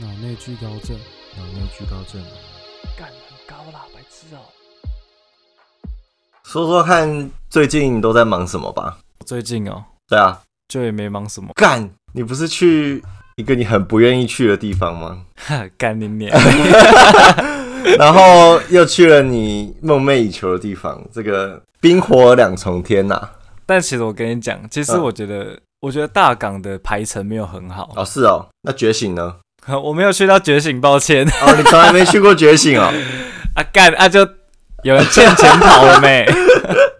脑内聚高症。脑内聚高症，干很高啦，白痴哦、说说看，最近都在忙什么吧？最近哦，对啊，就也没忙什么， 干，你不是去一个你很不愿意去的地方吗？ 哈干你娘！然后又去了你梦寐以求的地方，这个冰火两重天呐、但其实我跟你讲，其实嗯我觉得，我觉得大港的排程没有很好，哦，是哦，那觉醒呢？ 我没有去到觉醒，抱歉。 哦，你从来没去过觉醒哦， 啊干啊就有人欠钱跑了没？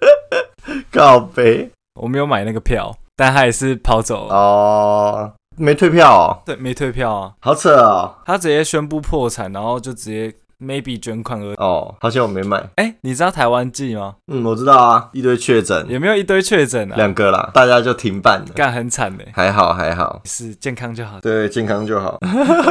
告别我没有买那个票，但他也是跑走了。哦，没退票哦，对，没退票啊，好扯哦，他直接宣布破产，然后就直接 maybe 捐款额。哦，好像我没买，哎、你知道台湾季吗？嗯，我知道啊，一堆确诊，有没有一堆确诊啊？两个啦，大家就停办了，干很惨嘞、还好还好，是健康就好。对，健康就好。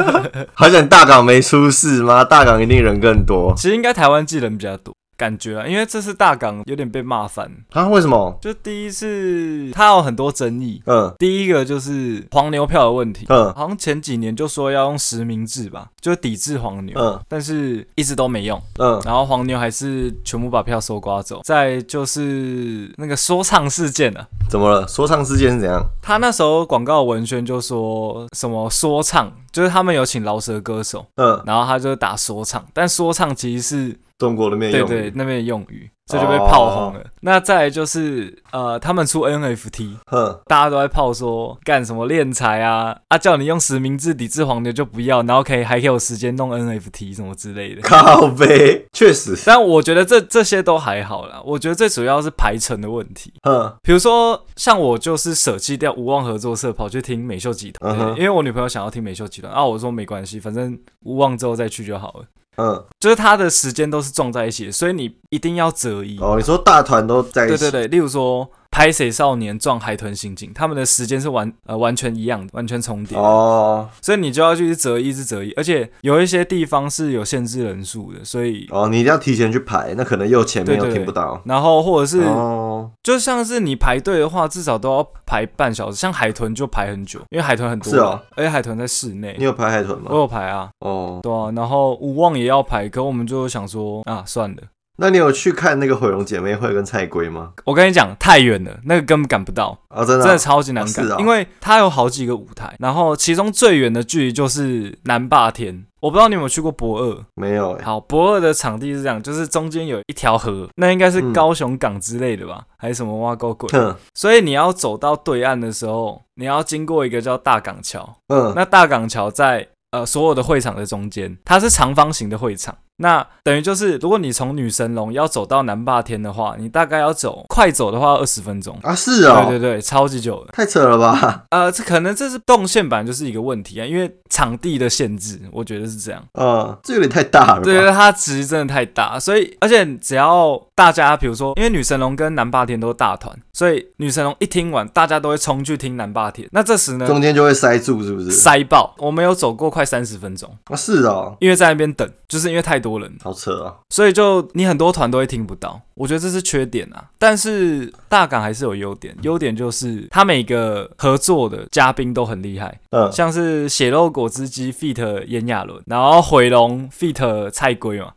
好想大港没出事吗？大港一定人更多其实应该台湾记人比较多，感觉啊，因为这次大港有点被骂翻。啊？为什么？就第一次，它有很多争议。嗯第一个就是黄牛票的问题，嗯好像前几年就说要用实名制吧，就抵制黄牛，嗯但是一直都没用。嗯，然后黄牛还是全部把票搜刮走。再就是那个说唱事件啊，怎么了？说唱事件是怎样？他那时候广告文宣就说什么说唱，就是他们有请饶舌歌手，嗯，然后他就打说唱，但说唱其实是中国的面对用哦对，那边的用语，这就被炮轰了。那再来就是呃，他们出 NFT，哼，大家都在炮说干什么敛财啊啊，叫你用实名制抵制黄牛就不要，然后可以还可以有时间弄 NFT 什么之类的。靠背，确实，但我觉得这这些都还好啦，我觉得最主要是排程的问题。哼，比如说，像我就是舍弃掉无望合作社，跑去听美秀集团嗯对哼因为我女朋友想要听美秀集团啊，我说没关系，反正无望之后再去就好了。嗯，就是他的时间都是撞在一起的，所以你一定要择一。哦，你说大团都在一起，对对对，例如说《拍谁少年》撞《海豚刑警》，他们的时间是完呃完全一样的，完全重叠的，哦所以你就要去择一是择一，而且有一些地方是有限制人数的，所以哦，你一定要提前去排，那可能又前面对又对对听不到，然后或者是、哦，就像是你排队的话，至少都要排半小时，像海豚就排很久，因为海豚很多是人，哦而且海豚在室内你。有排海豚吗？我有排啊，哦，对啊，然后无望也要排，可我们就想说啊，算了，那你有去看那个毁容姐妹会跟菜龟吗？我跟你讲太远了，那个根本赶不到，哦，真的真啊，的超级难哦赶，是哦因为它有好几个舞台，然后其中最远的距离就是南霸天。我不知道你有没有去过博二，没有哎，好，博二的场地是这样，就是中间有一条河，那应该是高雄港之类的吧，还是什么挖沟鬼？哼，所以你要走到对岸的时候，你要经过一个叫大港桥。嗯，那大港桥在呃所有的会场的中间，它是长方形的会场。那等于就是，如果你从女神龙要走到南霸天的话，你大概要走快走的话二十分钟。啊是对哦，对对，超级久的。太扯了吧，呃，这可能这是动线版就是一个问题啊，因为场地的限制，我觉得是这样。嗯，这有点太大了吧，对啊对，它值真的太大，所以而且只要大家，比如说，因为女神龙跟南霸天都是大团，所以女神龙一听完，大家都会冲去听南霸天。那这时呢，中间就会塞住，是不是？塞爆，我们有走过快三十分钟，啊，是哦，因为在那边等，就是因为太多人，好扯哦，所以就你很多团都会听不到。我觉得这是缺点啊，但是大港还是有优点，优点就是他每个合作的嘉宾都很厉害，嗯，像是血肉果汁机 feat 炎亚纶，然后回龙 feat 蔡圭嘛。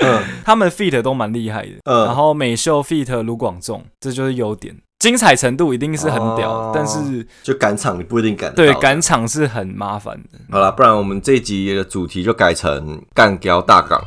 嗯他们 feat 都蛮厉害的，嗯然后美秀 feat 卢广仲，这就是优点。精彩程度一定是很屌，哦但是就赶场你不一定赶得对到赶场是很麻烦的。好啦，不然我们这一集的主题就改成干屌大 港。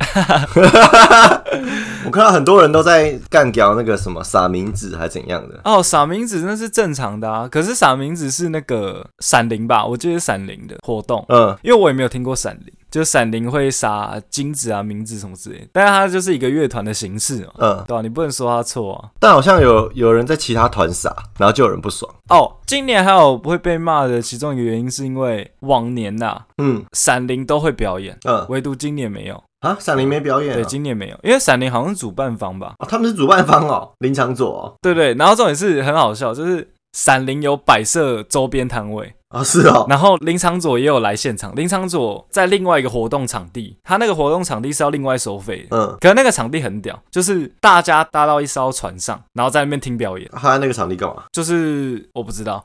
我看到很多人都在干屌那个什么撒名字还怎样的，哦，撒名字那是正常的啊，可是撒名字是那个闪灵吧？我记得是闪灵的活动，嗯，因为我也没有听过闪灵，就是闪灵会撒金子啊、名字什么之类的，但是它就是一个乐团的形式嘛，嗯，对吧、你不能说它错啊。但好像有有人在其他团撒，然后就有人不爽，哦，今年还有会被骂的其中一个原因是因为往年呐、嗯闪灵都会表演，嗯，唯独今年没有。啊，闪灵没表演、对，啊，今年没有，因为闪灵好像是主办方吧？哦，他们是主办方哦，林场佐哦，对对，然后重点是很好笑，就是闪灵有摆设周边摊位，啊是哦，然后林场佐也有来现场。林场佐在另外一个活动场地，他那个活动场地是要另外收费的。嗯，可是那个场地很屌，就是大家搭到一艘船上，然后在那边听表演。他在那个场地干嘛？ 就是我不知道，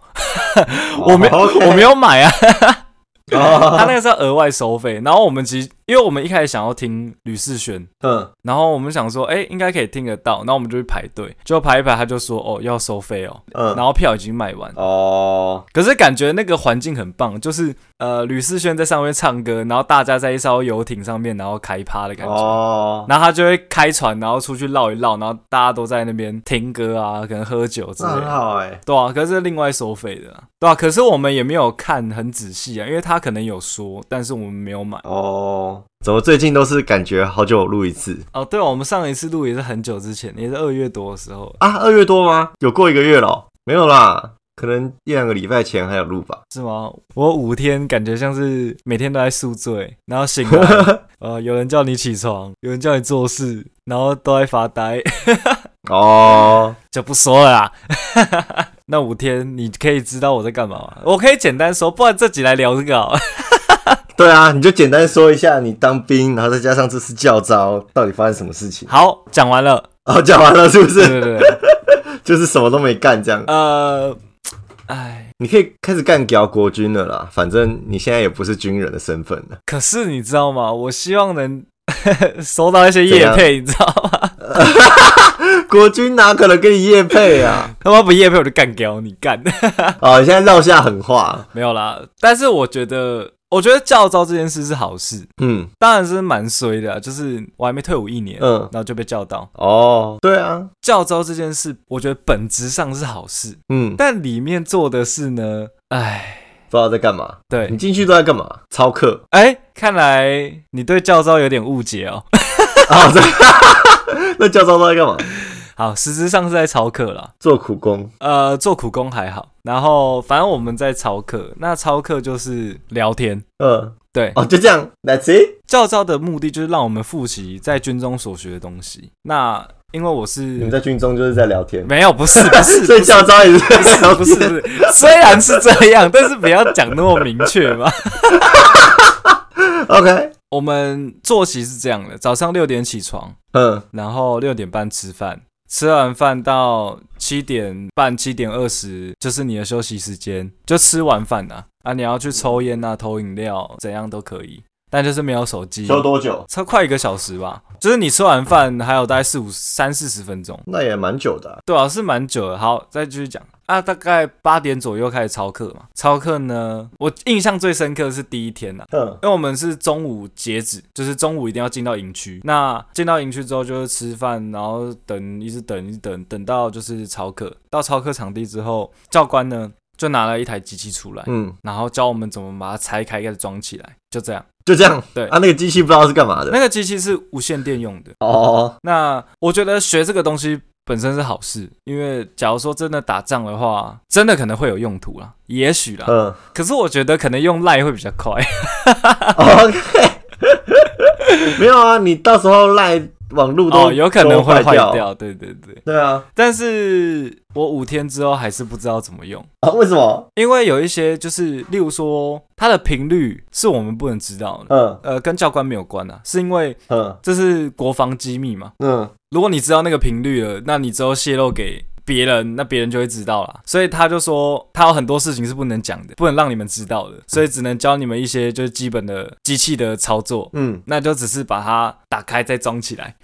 我没、哦，OK 我没有买啊， 他那个是要额外收费。然后我们其实，因为我们一开始想要听吕世轩，嗯，然后我们想说，哎、应该可以听得到，然后我们就去排队，就排一排，他就说，哦，要收费哦，嗯然后票已经卖完。哦，可是感觉那个环境很棒，就是呃，吕世轩在上面唱歌，然后大家在一艘游艇上面，然后开趴的感觉。哦，然后他就会开船，然后出去绕一绕，然后大家都在那边听歌啊，可能喝酒之那类很的。好哎，对啊，可是另外收费的、啊，对啊，可是我们也没有看很仔细啊，因为他可能有说，但是我们没有买。哦，怎么最近都是感觉好久录一次哦，对、啊，我们上一次录也是很久之前，也是二月多的时候，啊？二月多吗？有过一个月了哦？没有啦，可能一两个礼拜前还有录吧。是吗？我五天感觉像是每天都在宿醉，然后醒 来，呃，有人叫你起床，有人叫你做事，然后都在发呆， 哦，就不说了啦。 那五天你可以知道我在干嘛吗？我可以简单说，不然这集来聊这个好了。对啊，你就简单说一下你当兵，然后再加上这次教招，到底发生什么事情？好，讲完了。哦，讲完了是不对是？对对，就是什么都没干这样。 呃，哎。你可以开始干掉国军了啦，反正你现在也不是军人的身份了。可是你知道吗？我希望能 收到一些业配，你知道吗？国军哪可能跟你夜配啊？ 他妈不业配我就干掉你干，哦，你现在撂下狠话，没有啦。但是我觉得，我觉得教招这件事是好事，嗯，当然是蛮衰的啊、就是我还没退伍一年，嗯然后就被叫到。哦，对啊，教招这件事，我觉得本质上是好事，嗯，但里面做的事呢，哎，不知道在干嘛。你对，进去都在干嘛？操课 哎，看来你对教招有点误解哦。 啊？对，那教招都在干嘛？好，实质上是在操课啦。做苦工。呃，做苦工还好，然后反正我们在操课，那操课就是聊天。嗯，对，哦，就这样，That's it。教招的目的就是让我们复习在军中所学的东西。那因为我你们是在军中就是在聊天，嗯没有，不是不 是所以不是教招也是在聊不是不天。是， 虽然是这样，但是不要讲那么明确嘛。 OK，我们作息是这样的：早上六点起床，嗯，然后六点半吃饭，吃完饭到七点半、七点二十就是你的休息时间，就吃完饭呐、啊。你要去抽烟啊、投饮料，怎样都可以，但就是没有手机。休多久？超快一个小时吧，就是你吃完饭还有大概四五三四十分钟，那也蛮久的啊、对啊，是蛮久的。好，再继续讲啊，大概八点左右开始操课嘛。操课呢，我印象最深刻的是第一天啊，嗯，因为我们是中午截止，就是中午一定要进到营区。那进到营区之后就是吃饭，然后等，一直等，一直等，等到就是操课。到操课场地之后，教官呢就拿了一台机器出来，嗯，然后教我们怎么把它拆开，开始装起来，就这样。就这样。对啊，那个机器不知道是干嘛的。那个机器是无线电用的。哦，那我觉得学这个东西本身是好事，因为假如说真的打仗的话，真的可能会有用途啦，也许啦。嗯可是我觉得可能用 赖会比较快。 ，OK，没有啊，你到时候赖网路都、哦，有可能都会坏坏掉。掉，对对对。对啊，但是我五天之后还是不知道怎么用，啊，为什么？因为有一些就是，例如说它的频率是我们不能知道的，嗯呃，跟教官没有关啊，是因为嗯这是国防机密嘛。嗯，如果你知道那个频率了，那你之后泄露给别人，那别人就会知道啦。所以他就说，他有很多事情是不能讲的，不能让你们知道的，所以只能教你们一些就是基本的机器的操作。嗯那就只是把它打开再装起来。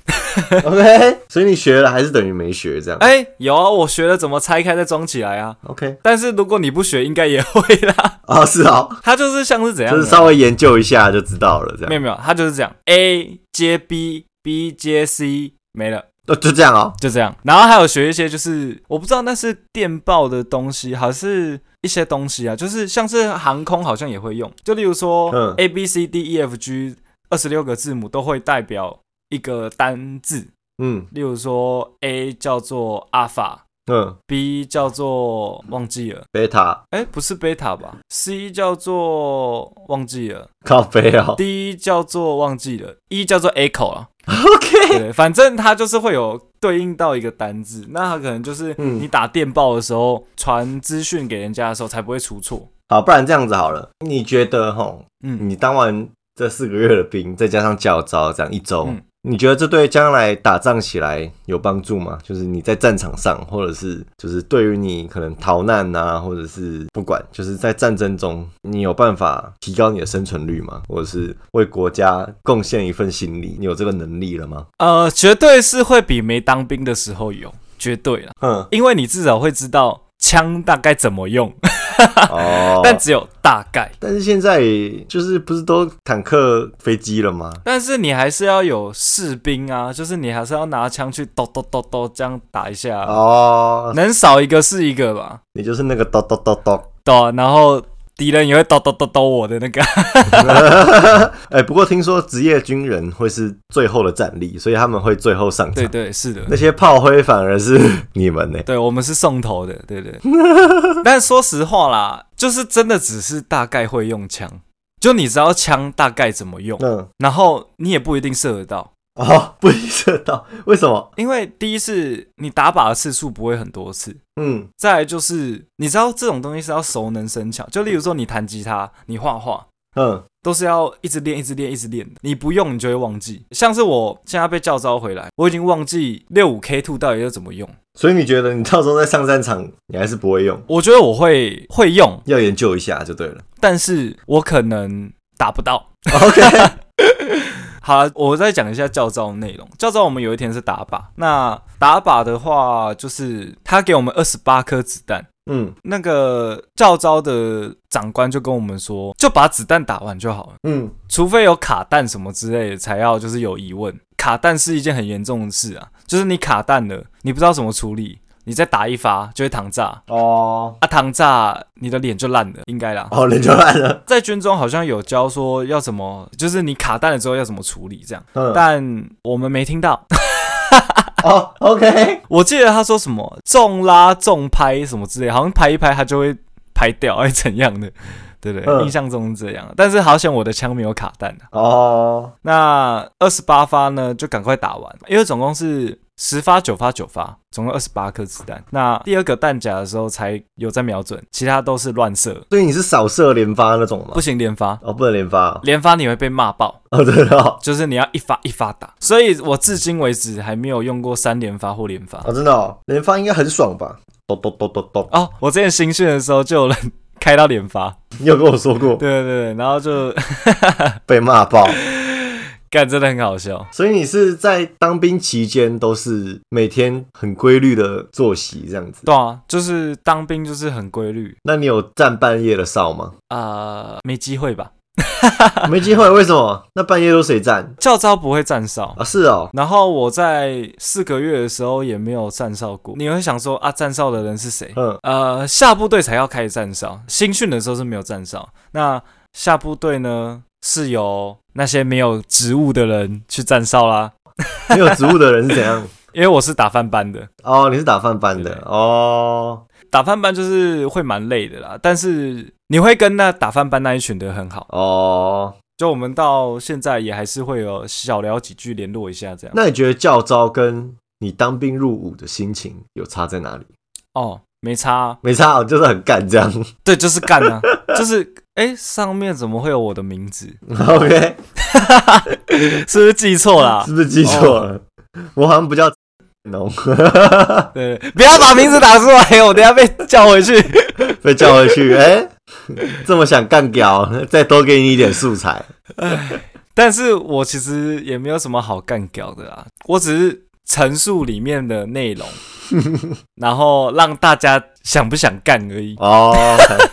，OK，所 以你学了还是等于没学这样。哎、有啊，我学了怎么拆开再装起来啊。 OK，但是如果你不学，应该也会啦。 啊、是哦，它就是像是怎样就呢？是稍微研究一下就知道了这样。没有没有，它就是这样，A 接 B，B 接 C，没了。哦，就这样哦。就这样。然后还有学一些，就是我不知道那是电报的东西，还是一些东西啊，就是像是航空好像也会用，就例如说、嗯 A B C D E F G 二十六个字母都会代表一个单字，嗯例如说 A 叫做阿法。嗯 B 叫做忘记了，贝塔哎，不是贝塔吧？C 叫做忘记了靠背哦。 ，D 叫做忘记了，E 叫做 echo 啊。 OK， 对，反正它就是会有对应到一个单字，那它可能就是嗯你打电报的时候、传资讯给人家的时候才不会出错。好，不然这样子好了。你觉得吼，嗯，你当完这四个月的兵，再加上教招这样一周，嗯你觉得这对将来打仗起来有帮助吗？就是你在战场上，或者是就是对于你可能逃难啊，或者是不管，就是在战争中，你有办法提高你的生存率吗？或者是为国家贡献一份心力，你有这个能力了吗？呃，绝对是会比没当兵的时候有，绝对啦，嗯，因为你至少会知道枪大概怎么用，，哦 但只有大概。但是现在就是不是都坦克、飞机了吗？但是你还是要有士兵啊，就是你还是要拿枪去咚咚咚咚这样打一下啊、哦，能少一个是一个吧，你就是那个咚咚咚咚。对啊、然后敌人也会咚咚咚咚我的那个， 哎、不过听说职业军人会是最后的战力，所以他们会最后上场。对对是的，那些炮灰反而是 你们呢、对我们是送头的，对对。但说实话啦，就是真的只是大概会用枪，就你知道枪大概怎么用，嗯，然后你也不一定射得到。哦，不知道为什么？因为第一是你打靶的次数不会很多次，嗯，再来就是你知道这种东西是要熟能生巧。就例如说你弹吉他，你画画，嗯，都是要一直练、一直练、一直练的。你不用，你就会忘记。像是我现在被叫招回来，我已经忘记六五 K two 到底要怎么用。所以你觉得你到时候在上战场，你还是不会用，我觉得我会会用，要研究一下就对了。 但是我可能打不到。 OK， 好了，我再讲一下教招内容。教招我们有一天是打靶，那打靶的话，就是他给我们二十八颗子弹。嗯那个教招的长官就跟我们说，就把子弹打完就好了，嗯，除非有卡弹什么之类的，才要就是有疑问。卡弹是一件很严重的事啊，就是你卡弹了，你不知道怎么处理，你再打一发就会膛炸哦，啊，膛炸你的脸就烂了，应该啦。哦，人就烂了。在军中好像有教说要怎么，就是你卡弹了之后要怎么处理这样，嗯，但我们没听到。 哦，OK，我记得他说什么重拉、重拍什么之类，好像拍一拍它就会拍掉，还是怎样的， 对不对？嗯印象中是这样。但是好像我的枪没有卡弹啊、哦，那二十八发呢，就赶快打完，因为总共是十发、九发、九发，总共二十八颗子弹。那第二个弹夹的时候才有在瞄准，其他都是乱射，所以你是扫射连发那种吗不？行连发，哦，不能连发哦，连发你会被骂爆。哦对哦，就是你要一发一发打，所以我至今为止还没有用过三连发或连发。哦真的哦，连发应该很爽吧？咚咚咚咚咚，哦，我之前新训的时候就有人开到连发，你有跟我说过对啊对对，然后就 被骂爆，干真的很好笑。所以你是在当兵期间都是每天很规律的作息这样子。对啊，就是当兵就是很规律那你有站半夜的哨吗？啊、呃没机会吧？没机会，为什么？那半夜都谁站教招不会站哨啊？，是哦，然后我在四个月的时候也没有站哨过。你会想说啊，站哨的人是谁？嗯，呃，下部队才要开始站哨，新训的时候是没有站哨。那下部队呢，是由那些没有职务的人去站哨啦。没有职务的人是怎样？因为我是打饭班的，哦，你是打饭班的对哦打饭班就是会蛮累的啦，但是你会跟那打饭班那一群的很好，哦。就我们到现在也还是会有小聊几句，联络一下这样。那你觉得教招跟你当兵入伍的心情有差在哪里？哦，没差、啊，没差哦，就是很干这样。 对，就是干啊，就是哎，上面怎么会有我的名字？ OK，是不是记错啊啦是？不是记错哦了？我好像不 叫农，对，不要把名字打出来，哦 我等一下被叫回去。被叫回去。哎、 这么想干屌，再多给你一点素材。但是我其实也没有什么好干掉的啦，我只是陈述里面的内容，然后让大家想不想干而已。哦，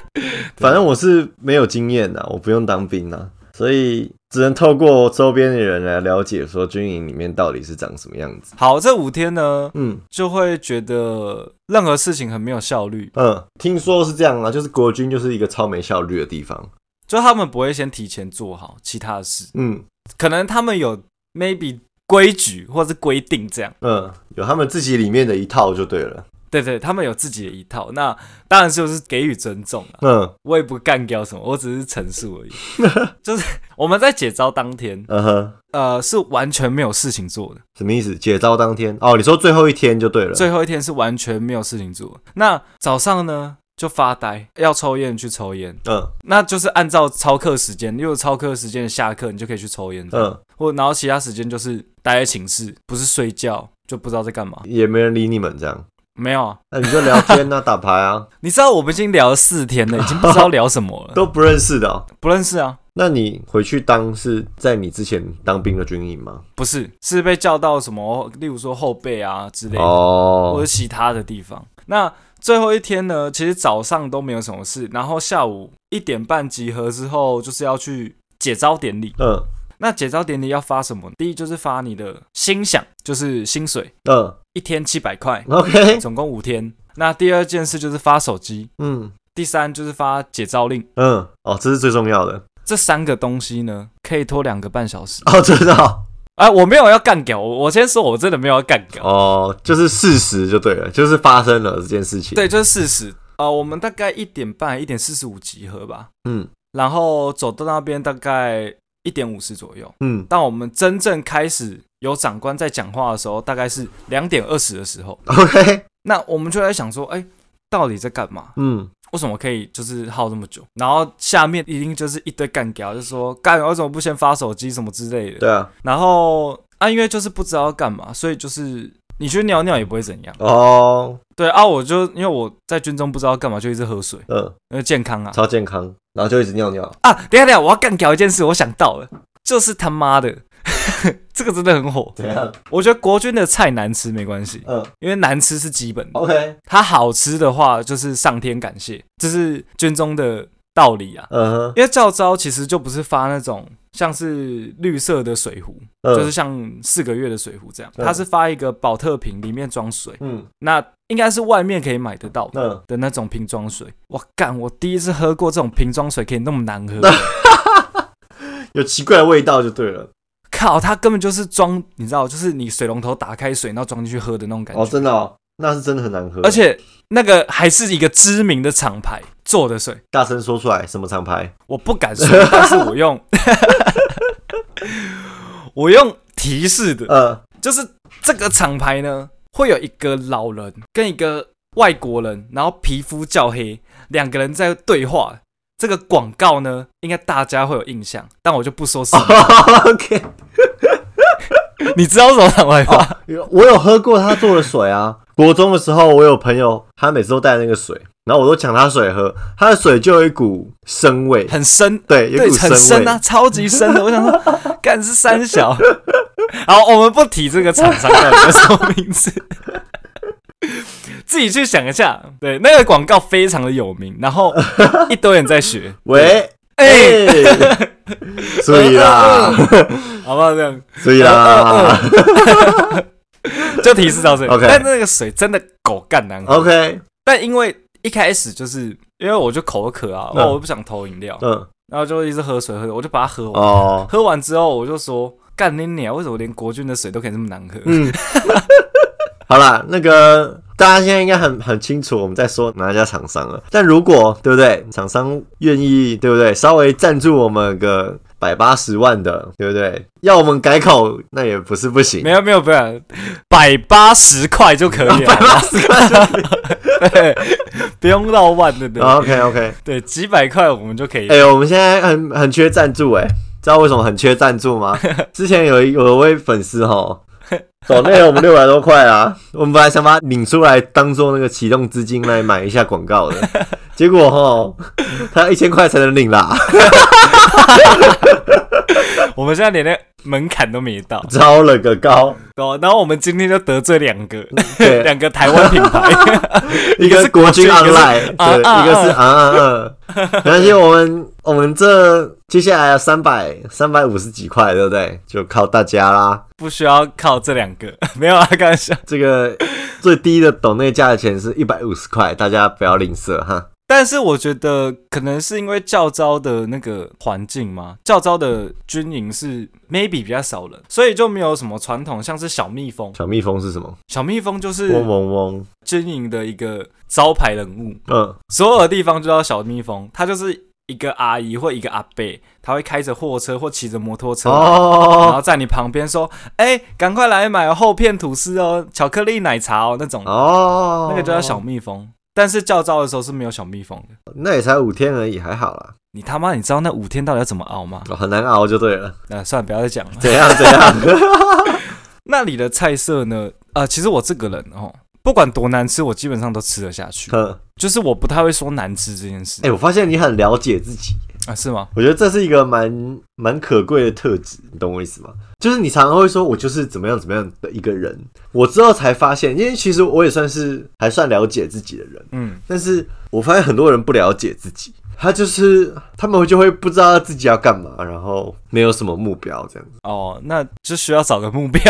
反正我是没有经验的，我不用当兵啊，所以只能透过周边的人来了解说军营里面到底是长什么样子。好，这五天呢，嗯就会觉得任何事情很没有效率，嗯，听说是这样啊，就是国军就是一个超没效率的地方。就他们不会先提前做好其他的事，嗯可能他们有 maybe 规矩或是规定这样，嗯，有他们自己里面的一套就对了。对对，他们有自己的一套，那当然就是给予尊重啊，嗯我也不干掉什么，我只是陈 述而已，就是我们在解招当天，嗯哼，呃，是完全没有事情做的，什么意思？解招当天哦，你说最后一天就对了。最后一天是完全没有事情做的那早上呢？就发呆，要抽烟去抽烟，嗯那就是按照操课时间，例如操课时间下课，你就可以去抽烟，嗯，或然后其他时间就是待在寝室，不是睡觉就不知道在干嘛。也没人理你们这样，没有啊，那你就聊天 啊，打牌啊，你知道我们已经聊了四天 了，已经不知道聊什么了，都不认识的哦、不认识啊。那你回去当是在你之前当兵的军营吗？不是，是被叫到什么，例如说后背啊之类的，或哦者，其他的地方。那最后一天呢，其实早上都没有什么事，然后下午一点半集合之后，就是要去解招典礼。嗯那解招典礼要发什么？第一就是发你的薪饷，就是薪水，嗯一天七百块， ，OK，总共五天。那第二件事就是发手机，嗯第三就是发解招令。嗯，哦，这是最重要的。 这三个东西呢，可以拖两个半小时。哦，知道，哎、我没有要干掉，我我先说，我真的没有要干掉。哦，就是事实就对了，就是发生了这件事情。对，，就是事实。呃，我们大概一点半、一点四十五集合吧，嗯然后走到那边大概一点五十左右。嗯，当我们真正开始有长官在讲话的时候，大概是两点二十的时候。 OK，那我们就在想说，哎、到底在干嘛？嗯，为什么可以就是耗这么久？然后下面一定就是一堆干屌，就说干为什么不先发手机什么之类的。对啊，然后啊，因为就是不知道要干嘛，所以就是你去尿尿也不会怎样。哦，对啊，我就因为我在军中不知道干嘛，就一直喝水，嗯，因为健康啊。超健康，然后就一直尿尿。啊，等一下等一下，我要干掉一件事，我想到了， 就是他妈的，这个真的很火。怎样？我觉得国军的菜难吃没关系，嗯因为难吃是基本的， ，OK，它好吃的话就是上天感谢，这是军中的道理啊。嗯哼，因为教招其实就不是发那种像是绿色的水壶，嗯就是像四个月的水壶这样，嗯它是发一个保特瓶，里面装水，嗯那应该是外面可以买得到的。嗯，的那种瓶装水，我干！我第一次喝过这种瓶装水，可以那么难喝。有奇怪的味道就对了。靠，它根本就是装，你知道，就是你水龙头打开水，然后装进去喝的那种感觉。哦，真的哦，那是真的很难喝。而且那个还是一个知名的厂牌做的水，大声说出来，什么厂牌？我不敢说，但是我用， 我用提示的，呃，就是这个厂牌呢，会有一个老人跟一个外国人，然后皮肤较黑，两个人在对话。这个广告呢，应该大家会有印象，但我就不说是 哪。 OK，你知道什么厂牌吗？我有喝过他做的水 啊。国中的时候，我有朋友，他每次都带那个水，然后我都抢他水喝，他的水就有一股生味，很深，对，有一对，股很生深味。啊，超级 深的。我想说，干是三小。好，我们不提这个厂商到底叫什么名字， 自己去想一下。对，那个广告非常的有名，然后一堆人 在学。喂，哎、呃哎， 注意啦，好不好？这样注意啦。就提示到这里。 OK 但那个水真的狗干难喝。 OK，但因为一开始就是因为我就口渴啊，嗯哦，我不想投饮料，嗯，然后就一直喝水喝，我就把它喝完。哦，喝完之后我就说：“干你娘！为什么连国军的水都可以这么难喝？”嗯，好啦，那个大家现在应该很很清楚我们在说哪一家厂商了。但如果对不对，厂商愿意对不对，稍微赞助我们个百八十万的，对不对？要我们改口那也不是不行没。有没有没有，百八十块就可以了， 百八十块对，不用到万的，对，OK OK。对，几百块我们就可以。啊哎、我们现在很很缺赞助哎、知道为什么很缺赞助 吗？之前有一有一位粉丝哈，抖内了我们六百多块啊，我们本来想把它领出来当做那个启动资金来买一下广告的，结果哈，他一千块才能领啦，我们现在连那门槛都没到，超了个 高，哦，然后我们今天就得罪两个，对， 两个台湾品牌， 一个是国军一个是 online，啊对，啊一个是啊啊 啊啊，而且我们我们这接下来三百三百五十几块，对不对？就靠大家啦。不需要靠这两个， 没有啊，开玩笑。这个最低的抖内价钱是一百五十块，大家不要吝啬哈。但是我觉得可能是因为教招的那个环境嘛，教招的军营是 maybe 比较少人，所以就没有什么传统，像是小蜜蜂，小蜜蜂是什么？小蜜蜂就是嗡嗡嗡。军营的一个招牌人物，嗯所有的地方就叫小蜜蜂，它就是一个阿姨或一个阿伯，他会开着货车或骑着摩托车。然哦后在你旁边说：“哎、赶快来买厚片吐司哦，巧克力奶茶哦，那种、哦，那个就叫小蜜蜂。但是教招的时候是没有小蜜蜂的。那也才五天而已，还好啦，你他妈，你知道那五天到底要怎么熬吗？哦很难熬就对了。那、算了，不要再讲了。怎样怎样？ 那里的菜色呢？啊、其实我这个人哦，不管多难吃，我基本上都吃得下去。嗯就是我不太会说难吃这件事哎、我发现你很了解自己，啊，是吗？我觉得这是一个蛮蛮可贵的特质，你懂我意思吗？就是你常常会说我就是怎么样怎么样的一个人，我之后才发现，因为其实我也算是还算了解自己的人，嗯，但是我发现很多人不了解自己，他就是他们就会不知道自己要干嘛，然后没有什么目标这样 子。哦，那就需要找个目标。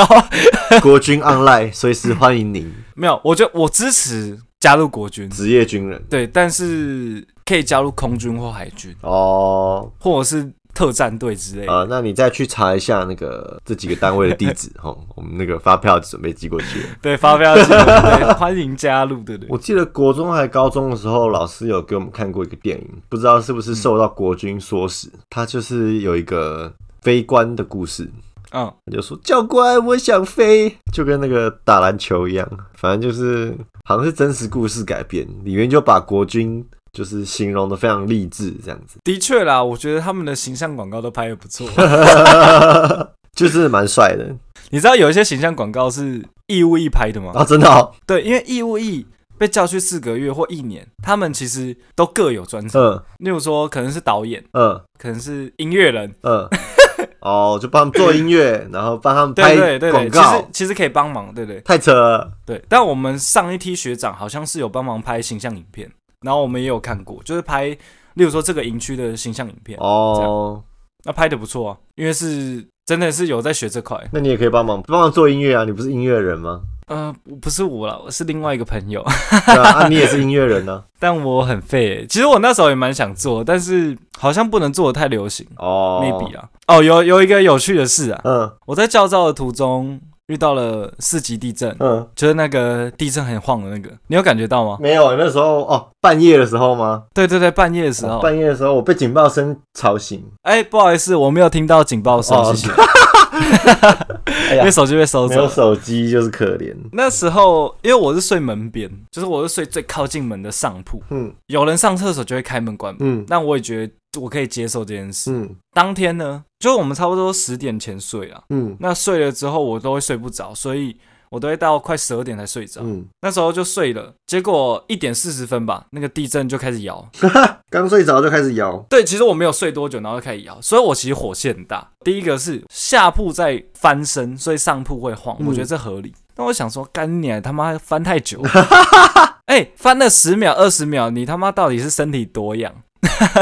国军 online 随时欢迎您，没有，我觉得我支持加入国军，职业军人对，但是可以加入空军或海军，哦。或者是特战队之类的。呃，那你再去查一下那个这几个单位的地址 哦，我们那个发票准备寄过去了。对，发票记得对，欢迎加入，对不对？我记得国中还高中的时候，老师有给我们看过一个电影，不知道是不是受到国军唆使，他就是有一个飞官的故事，嗯，他就说教官，我想飞，就跟那个打篮球一样，反正就是好像是真实故事改编，里面就把国军就是形容的非常励志这样 子，的确啦，我觉得他们的形象广告都拍的不错。 就是蛮帅的你知道有一些形象广告是义务役拍的吗？啊，真的哦，对，因为义务役被叫去四个月或一年，他们其实都各有专长。嗯例如说，可能是导演，嗯可能是音乐人，嗯，哦，就帮他们做音乐，然后帮他们对拍对对广对，其实告，其实可以帮忙，对对太扯了，对。但我们上一批学长好像是有帮忙拍形象影片，然后我们也有看过，就是拍，例如说这个营区的形象影片，哦，那拍的不错啊，因为是真的是有在学这块。那你也可以帮忙帮忙做音乐啊，你不是音乐人吗？ 呃，不不是我啦，我是另外一个朋友， 对啊，啊你也是音乐人呢、但我很废欸、其实我那时候也蛮想做，但是好像不能做的太流行、哦 m a y b e 啊。哦，有有一个有趣的事啊，嗯我在教招的途中遇到了四级地震，嗯，就是那个地震很晃的那个，你有感觉到吗？没有，那时候哦，半夜的时候吗？对对对，半夜的时候，半夜的时候，我被警报声吵醒。哎、不好意思，我没有听到警报声，哦谢谢，哎因为手机被收没走有。手机就是可怜。那时候，因为我是睡门边，就是我是睡最靠近门的上铺，嗯有人上厕所就会开门关门，嗯但我也觉得我可以接受这件事。嗯当天呢，就是我们差不多十点前睡了，嗯那睡了之后我都会睡不着，所以我都会到快十二点才睡着。嗯，那时候就睡了，结果一点四十分吧，那个地震就开始摇。刚睡着就开始 摇。对，其实我没有睡多久，然后就开始摇，所以我其实火气很大。第一个是下铺在翻身，所以上铺会晃，嗯我觉得这合理。但我想说，干你、啊、他妈翻太久 了，哎、翻了十秒二十秒，你他妈到底是身体多痒？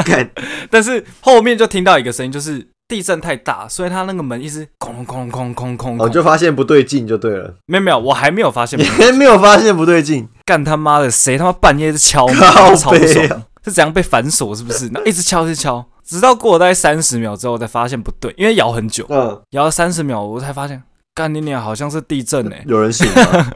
看，但是后面就听到一个声音，就是地震太大，所以他那个门一直空空空空空我空。哦就发现不对劲就对了，没有没有，我还嗯没有 发现你。还没有发现不对劲。干他妈的，谁他妈半夜在敲门靠背，啊超不爽，是怎样被反锁是不是？然后一直敲，一直敲，直到过了大概三十秒之后，我才发现不对，因为摇很久，嗯，摇了三十秒，我才发现。干你娘，好像是地震呢、欸有人醒 吗？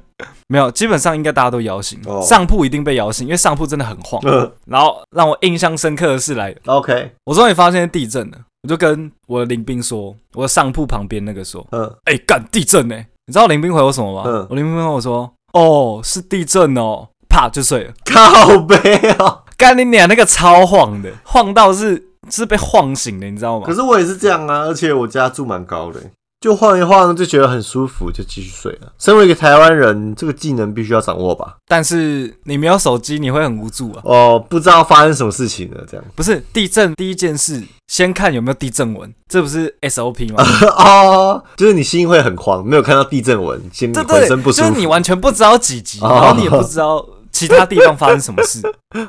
没有，基本上应该大家都摇醒，哦上铺一定被摇醒，因为上铺真的很晃。嗯然后让我印象深刻的是来了， ，OK，我终于发现地震了，我就跟我的林兵说，我的上铺旁边那个说，嗯，哎、干地震呢、你知道林兵回我什么吗？嗯我林兵回我说，哦，是地震哦，啪就睡了。靠背啊哦。干你娘！那个超晃的，晃到是是被晃醒的，你知道吗可？是我也是这样啊，而且我家住蛮高的，就晃一晃就觉得很舒服，就继续睡了。身为一个台湾人，这个技能必须要掌握吧？但是你没有手机，你会很无助啊。哦，不知道发生什么事情了，这样。 不是地震，第一件事先看有没有地震文，这不是 SOP 吗？哦，就是你心会很慌，没有看到地震文，心里对浑对，身不就舒服。是你完全不知道几级，哦然后你也不知道其他地方发生什 么事。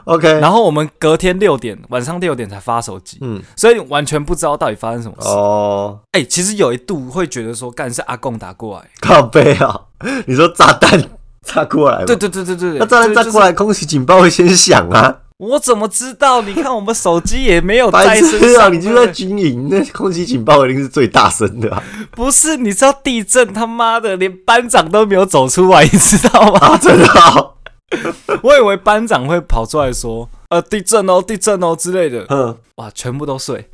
OK，然后我们隔天六点，晚上六点才发手机，嗯，所以完全不知道到底发生什么事。哦，哎、其实有一度会觉得说，干是阿贡打过来。靠背啊、你说炸弹 炸过来吗？对，对对对对，那炸弹就炸过，就是来，空袭警报会先响啊！我怎么知道？你看我们手机也没有在白 哦身痴啊，上你就对不在对军营，那空袭警报一定是最大声的啊！不是，你知道地震他妈的连班长都没有走出来，你知道吗？啊真的哦、我以为班长会跑出来说，呃，地震哦，地震哦之类的，嗯，哇，全部都睡。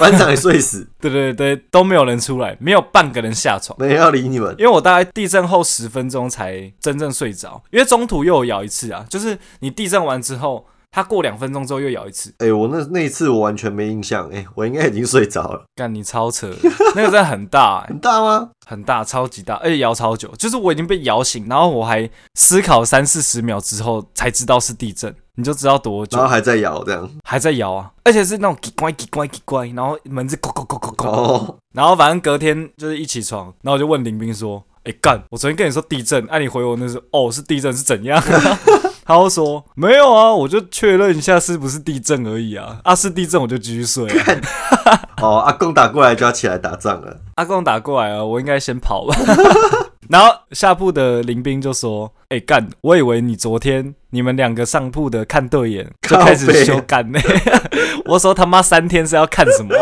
班长也睡死，对对对，都没有人出来，没有半个人下床。没人要理你们。因为我大概地震后十分钟才真正睡着，因为中途又有咬一次啊，就是你地震完之后，它过两分钟之后又咬一次，哎、我那那一次我完全没印象，哎、我应该已经睡着了。干你超扯的，那个真的很大、欸很大吗？很大，超级大，而且摇超久，就是我已经被摇醒，然后我还思考三四十秒之后才知道是地震，你就知道多久然后还在摇这样。还在摇啊，而且是那种叽乖叽乖叽乖，然后门是咕咕咕咕咕，哦，然后反正隔天就是一起床，然后我就问林斌说：“哎、干，我昨天跟你说地震，哎、你回我那是哦是地震是怎样？” 他就说：“没有啊，我就确认一下是不是地震而已啊，啊是地震我就继续睡、啊。”哦，阿公打过来就要起来打仗了。阿公打过来了，啊我应该先跑吧。 然后下铺的林兵就说：“哎、干，我以为你昨天你们两个上铺的看对眼，就开始修干呢、 我说：“他妈三天是要看什么？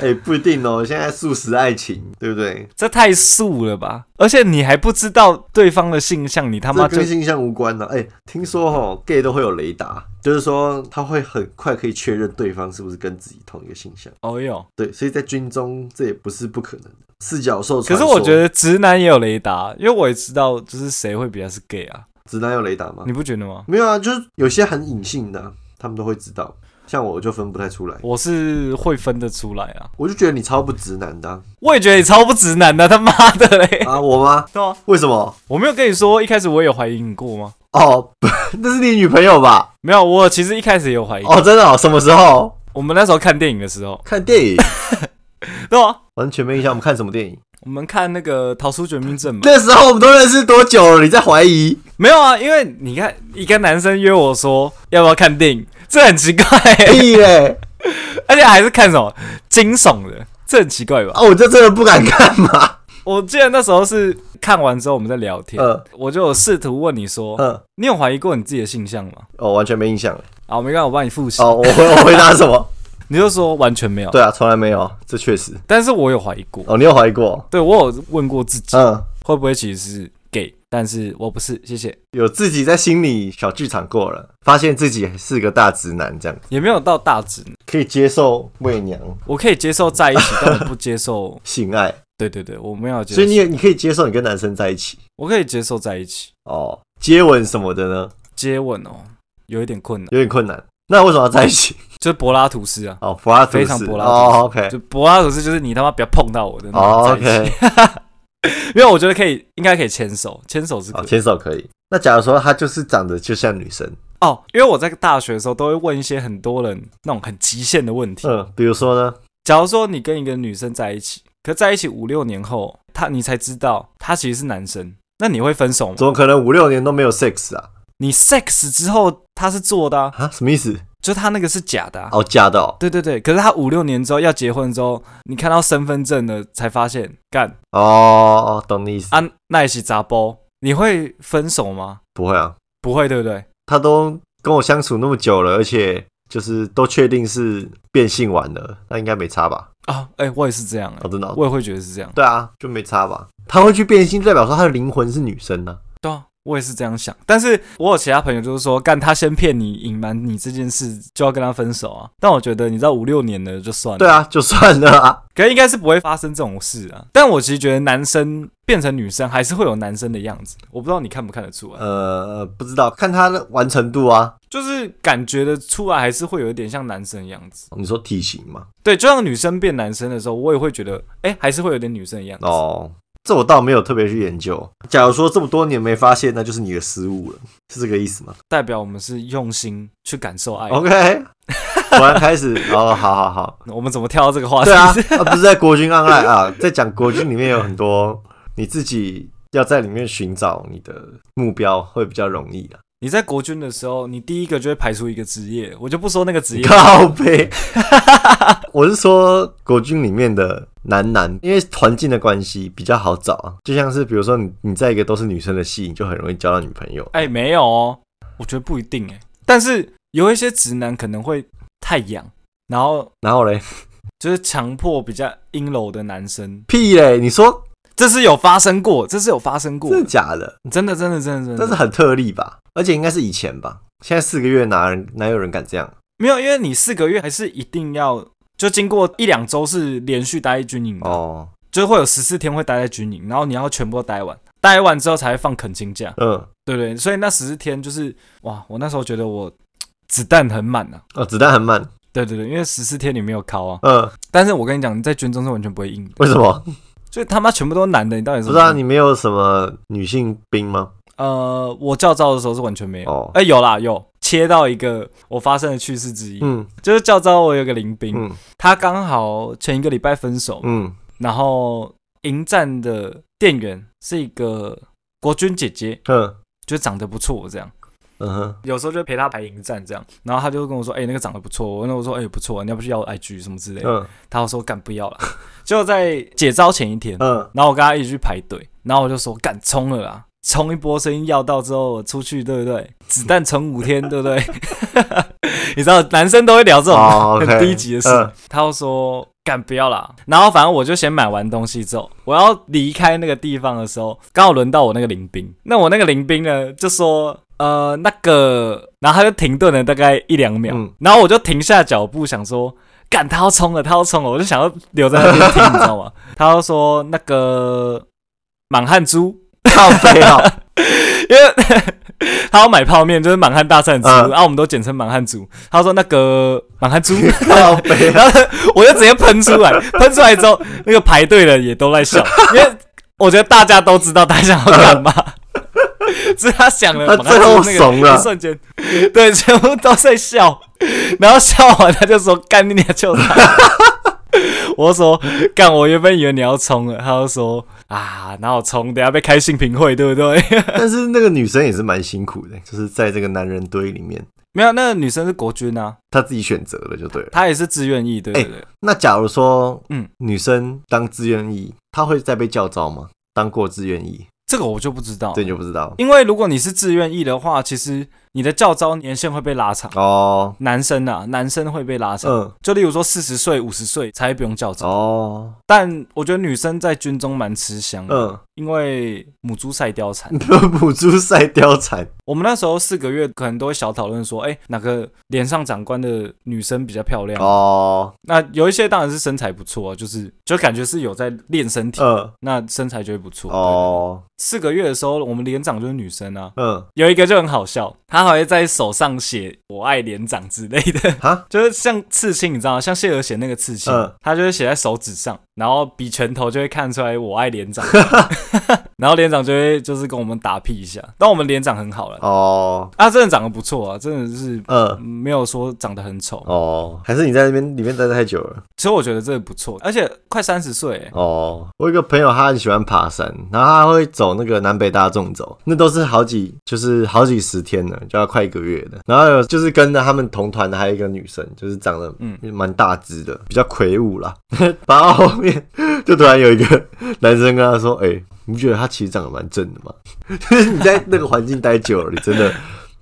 哎、不一定哦，现在素食爱情，对不对？这太素了吧！而且你还不知道对方的性向，你他妈这就跟性向无关呢、哎、听说哦 g a y 都会有雷达，就是说他会很快可以确认对方是不是跟自己同一个性向。哦哟。对，所以在军中这也不是不可能的。四角兽可传是说，我觉得直男也有雷达，因为我也知道就是谁会比较是 gay 啊，直男有雷达吗你？不觉得吗？没有啊，就是有些很隐性的啊、他们都会知道。像我就分不太出来，我是会分得出来啊，我就觉得你超不直男的啊，我也觉得你超不直男的，他妈的 嘞！啊我吗？ 对啊，为什么？我没有跟你说，一开始我有怀疑你过吗？哦，不 那是你女朋友吧？没有，我其实一开始也有怀疑。哦，真的、哦？什么时候？我们那时候看电影的时候，看电影？对啊，完全没印象。我们看什么电 影？我们看那个《逃出绝命镇》嘛。那时候我们都认识多久了？你在怀疑？没有啊，因为你看，一个男生约我说要不要看电影，这很奇怪、欸屁嘞！而且还是看什么惊悚的，这很奇怪吧？啊，我就真的不敢看 嘛。我记得那时候是看完之后我们在聊天，嗯我就有试图问你说，嗯，你有怀疑过你自己的性向吗？哦，完全没印象了。啊，没关系，我帮你复习。哦，我回我回答什 么？你就说完全没有，对啊，从来没有，这确实。但是我有怀疑过，哦，你有怀疑过？对我有问过自己，嗯，会不会其实是 gay，但是我不是，谢谢。有自己在心里小剧场过了，发现自己是个大直男，这样也没有到大直男，可以接受媚娘我可以接受在一起，但我不接 受。性爱，对对对，我没有接所以你受，也你可以接受你跟男生在一起我可以接受在一起，哦，接吻什么的呢，接吻哦，有一点困难，有点困难。那为什么要在一 起？就是柏拉图式啊，哦，柏拉图式非常柏拉图式哦，OK，就柏拉图式就是你他妈不要碰到我的那哦种在一，OK，起， 因为我觉得可以，应该可以牵手，牵手是可哦，以牵手可以。那假如说他就是长得就像女生，哦，因为我在大学的时候都会问一些很多人那种很极限的问题，嗯，比如说呢，假如说你跟一个女生在一起，可在一起五六年后，她你才知道她其实是男生，那你会分手吗？怎么可能五六年都没有 sex 啊？你 sex 之后她是做的、啊，啊，什么意思？就她那个是假的、啊。哦，假的哦，对对对，可是她五六年之后要结婚之后，你看到身份证了才发现，干哦哦，懂你意思。啊，那也是杂包，你会分手吗？不会啊，不会，对不对？他都跟我相处那么久了，而且就是都确定是变性完了，那应该没差吧？啊，哎、我也是这样、哎哦，真的哦、我也会觉得是这样。对啊，就没差吧？他会去变性，代表说他的灵魂是女生呢、对啊，我也是这样想。但是我有其他朋友就是说，干他先骗你、隐瞒你这件事，就要跟他分手啊。但我觉得你知道五六年了就算了，对啊，就算了啊。可能应该是不会发生这种事啊。但我其实觉得男生变成女生还是会有男生的样子，我不知道你看不看得出来，呃，不知道，看他的完成度啊。就是感觉得出来还是会有一点像男生的样子。你说体型嘛？对，就像女生变男生的时候，我也会觉得，哎、还是会有点女生的样子。哦，这我倒没有特别去研究。假如说这么多年没发现，那就是你的失误了，是这个意思吗代表我们是用心去感受哎爱。 ？OK，果 然开始哦，好好好。我们怎么跳到这个话题？对啊，啊不是在国军 online 啊，在讲国军里面有很多你自己要在里面寻找你的目标会比较容易啊。你在国军的时候，你第一个就会排除一个职业，我就不说那个职业。靠背， 我是说国军里面的男男，因为环境的关系比较好找啊。就像是比如说你你在一个都是女生的系，你就很容易交到女朋友。哎、没有哦，我觉得不一定哎。但是有一些直男可能会太阳，然后然后嘞， 就是强迫比较阴柔的男生，屁嘞，你说这是有发生过，这是有发生过真，的假的？真的真的真的真的。但是很特例吧，而且应该是以前吧。现在四个月哪人哪有人敢这样？没有，因为你四个月还是一定要就经过一两周是连续待在军营的，哦，就是会有十四天会待在军营，然后你要全部都待完，待完之后才会放恳亲假，嗯，对不对？所以那十四天就是哇，我那时候觉得我子弹很满啊，哦，子弹很慢，对对对，因为十四天你没有考啊，嗯，但是我跟你讲，你在军中是完全不会赢的，为什么？所以他妈全部都是男的，你到底是不知道你没有什么女性兵吗？呃，我教招的时候是完全没有，哎、哦，有啦有，切到一个我发生的趣事之一，嗯就是教招我有个林兵，嗯他刚好前一个礼拜分手，嗯，然后迎战的店员是一个国军姐姐，哼，就长得不错这样，嗯哼，有时候就陪她排迎战这样，然后她就跟我说，哎、那个长得不错，我那我说，哎、不错，你要不去要我 IG 什么之类的，嗯她就说干不要了， 就在解招前一天，嗯，然后我跟她一起去排队，然后我就说干冲了啦。冲一波声音要到之后，我出去对不对？子弹存五天对不 对？你知道男生都会聊这种哦， 很 OK，低级的事。嗯他又说干不要啦，然后反正我就先买完东西之后，我要离开那个地方的时候，刚好轮到我那个林兵。那我那个林兵呢，就说呃那个，然后他就停顿了大概一两秒，嗯然后我就停下脚步想说。干，他要冲了，他要冲了，我就想要留在那边听，你知道吗？他又说那个满汉猪， 靠背啊，因为 他要买泡面，就是满汉大战猪，嗯然后我们都简称满 汉猪。他说那个满汉猪，靠背啊，然后我就直接喷出来，喷出来之后，那个排队的也都在笑，因为我觉得大家都知道他想要干嘛，只是他想 了，他马最后上那个怂了一瞬间，对，全部都在笑，然后笑完他就说：“干你娘就他。” 我就说：“干，我原本以为你要冲了。”他就说：“啊，哪有冲？等下被开性评会，对不对 但是那个女生也是蛮辛苦的，就是在这个男人堆里面，？”没有，那个女生是国军啊，她自己选择了就对了。她也是自愿意，对不对？那假如说，嗯嗯，女生当志愿役，她会再被叫招吗？当过志愿役，这个我就不知道。这你就不知道因为如果你是自愿役的话，其实你的教招年限会被拉长。哦。男生啊，男生会被拉长。嗯，就例如说四十岁、五十岁才不用教招，哦，但我觉得女生在军中蛮吃香的，嗯， 因为母猪赛貂蝉。母猪赛貂蝉，我们那时候四个月可能都会小讨论说，哎、哪个连上长官的女生比较漂亮？哦，那有一些当然是身材不错啊，就是就感觉是有在练身体，嗯，那身材就会不错。对哦，四个月的时候，我们连长就是女生啊，嗯，有一个就很好笑，他还会在手上写“我爱连长”之类的，哈， 就是像刺青，你知道吗？像谢尔写那个刺青，嗯他就是写在手指上，然后比拳头就会看出来“我爱连 长”， 然后连长就会就是跟我们打屁一下。但我们连长很好了，哦，他真的长得不错啊，真的是嗯，没有说长得很丑，哦，还是你在那边里面待太久了。其实我觉得这个不错，而且快三十岁欸，哦，我有一个朋友，他很喜欢爬山，然后他会走那个南北大纵走，那都是好几就是好几十天了，就要快一个月的。然后有就是跟着他们同团的还有一个女生，就是长得嗯嗯蛮大只的，比较魁梧啦。 然后后面就突然有一个男生跟他说：“哎、你不觉得他其实长得蛮正的吗？” 就是你在那个环境待久了，你真的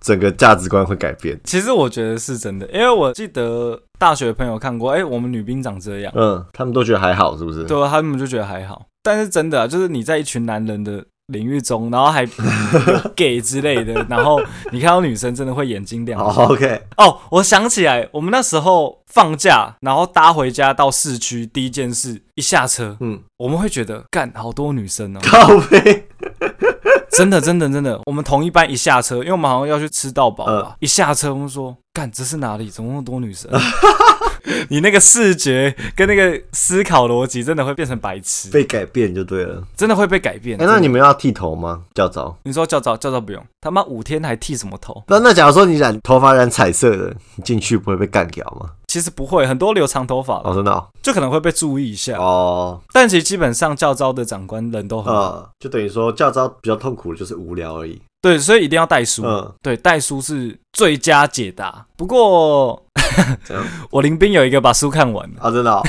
整个价值观会改变。其实我觉得是真的，因为我记得大学朋友看过，哎、我们女兵长这样。嗯，他们都觉得还好，是不是？对啊，他们就觉得还好。但是真的、啊，就是你在一群男人的领域中，然后还 有 gay 之类的，然后你看到女生真的会眼睛亮。好，OK，哦，我想起来，我们那时候放假，然后搭回家到市区，第一件事一下车，嗯，，我们会觉得干好多女生 哦靠背，真的真的真的，我们同一班一下车，因为我们好像要去吃到饱吧，一下车我们说干这是哪里，怎么那么多女 生？你那个视觉跟那个思考逻辑，真的会变成白痴。被改变就对了。真的会被改变。哎、真那的你们要剃头吗？较早。你说教招教招不用，他妈五天还剃什么头？那那假如说你染头发染彩色的，你进去不会被干掉吗？其实不会，很多留长头发哦，的真的哦，就可能会被注意一下。哦但其实基本上教招的长官人都很好，呃，就等于说教招比较痛苦的就是无聊而已。对，所以一定要带书。 嗯，对，带书是最佳解答。不过这样我林斌有一个把书看完了，啊，真 的哦。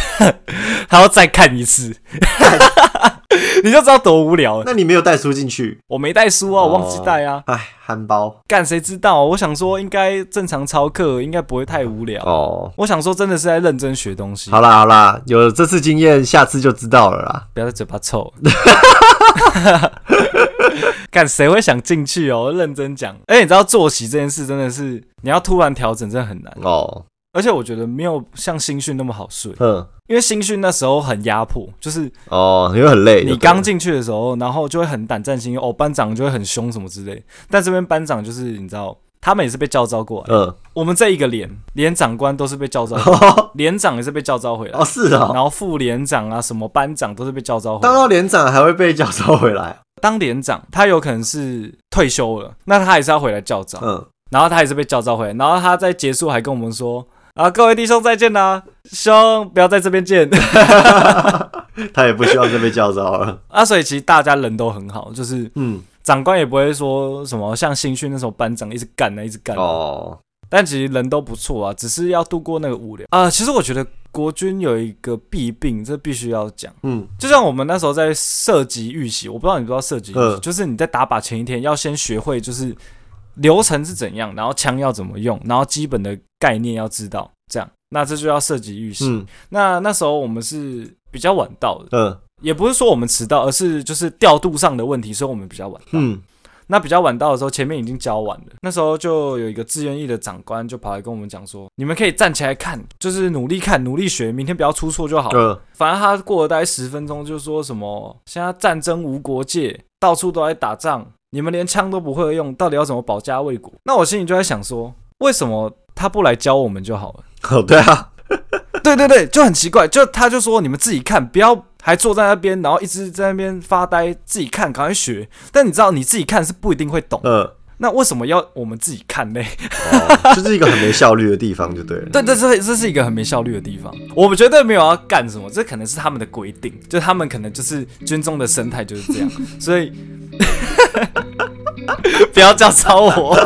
还要再看一次， 你就知道多无聊了。那你没有带书进去？我没带书啊，我忘记带啊。哎，憨包干谁知道啊、我想说应该正常操课，应该不会太无聊。哦。我想说真的是在认真学东西。好啦好啦，有了这次经验，下次就知道了啦。不要在嘴巴臭。 干谁会想进去哦？认真讲，而且你知道作息这件事真的是你要突然调整，真的很难。哦，而且我觉得没有像新训那么好睡，嗯，因为新训那时候很压迫，就是哦，因为很累，你刚进去的时候，然后就会很胆战心惊，哦，班长就会很凶什么之类。但这边班长就是你知道，他们也是被教招过来，嗯，我们这一个连连长官都是被教招， 连长也是被教招回 来哦，，是哦，然后副连长啊什么班长都是被教招回当来。到连长还会被叫招回来，当连长，他有可能是退休了，那他还是要回来教招，嗯，然后他也是被教招回来，然后他在结束还跟我们说。啊，各位弟兄再见啦！兄，不要在这边见。 他也不希望再被叫招了，啊，所以其实大家人都很好，就是嗯，长官也不会说什么像新训那时候班长一直干啊，一直干啊、哦，但其实人都不错啊，只是要度过那个无聊啊、其实我觉得国军有一个弊病，这必须要讲。嗯，就像我们那时候在射击预习，我不知道你知不知道射击预习，嗯就是你在打靶前一天要先学会就是流程是怎样，然后枪要怎么用，然后基本的概念要知道，这样。那这就叫射击预习。嗯，那那时候我们是比较晚到的，嗯，也不是说我们迟到，而是就是调度上的问题，所以我们比较晚到。嗯，那比较晚到的时候，前面已经教完了。那时候就有一个志愿役的长官就跑来跟我们讲说：“你们可以站起来看，就是努力看，努力学，明天不要出错就好。嗯，”反正他过了大概十分钟，就说什么：“现在战争无国界，到处都在打仗，你们连枪都不会用，到底要怎么保家卫国？”那我心里就在想说，为什么他不来教我们就好了？哦，对啊，对对对，就很奇怪，就他就说你们自己看，不要还坐在那边，然后一直在那边发呆，自己看，赶快学。但你知道你自己看是不一定会懂，嗯，那为什么要我们自己看呢？哦， 就是一个很没效率的地方，就对了，对对，这这是一个很没效率的地方。我们绝对没有要干什么，这可能是他们的规定，就他们可能就是军中的生态就是 这样，所以不要叫招我。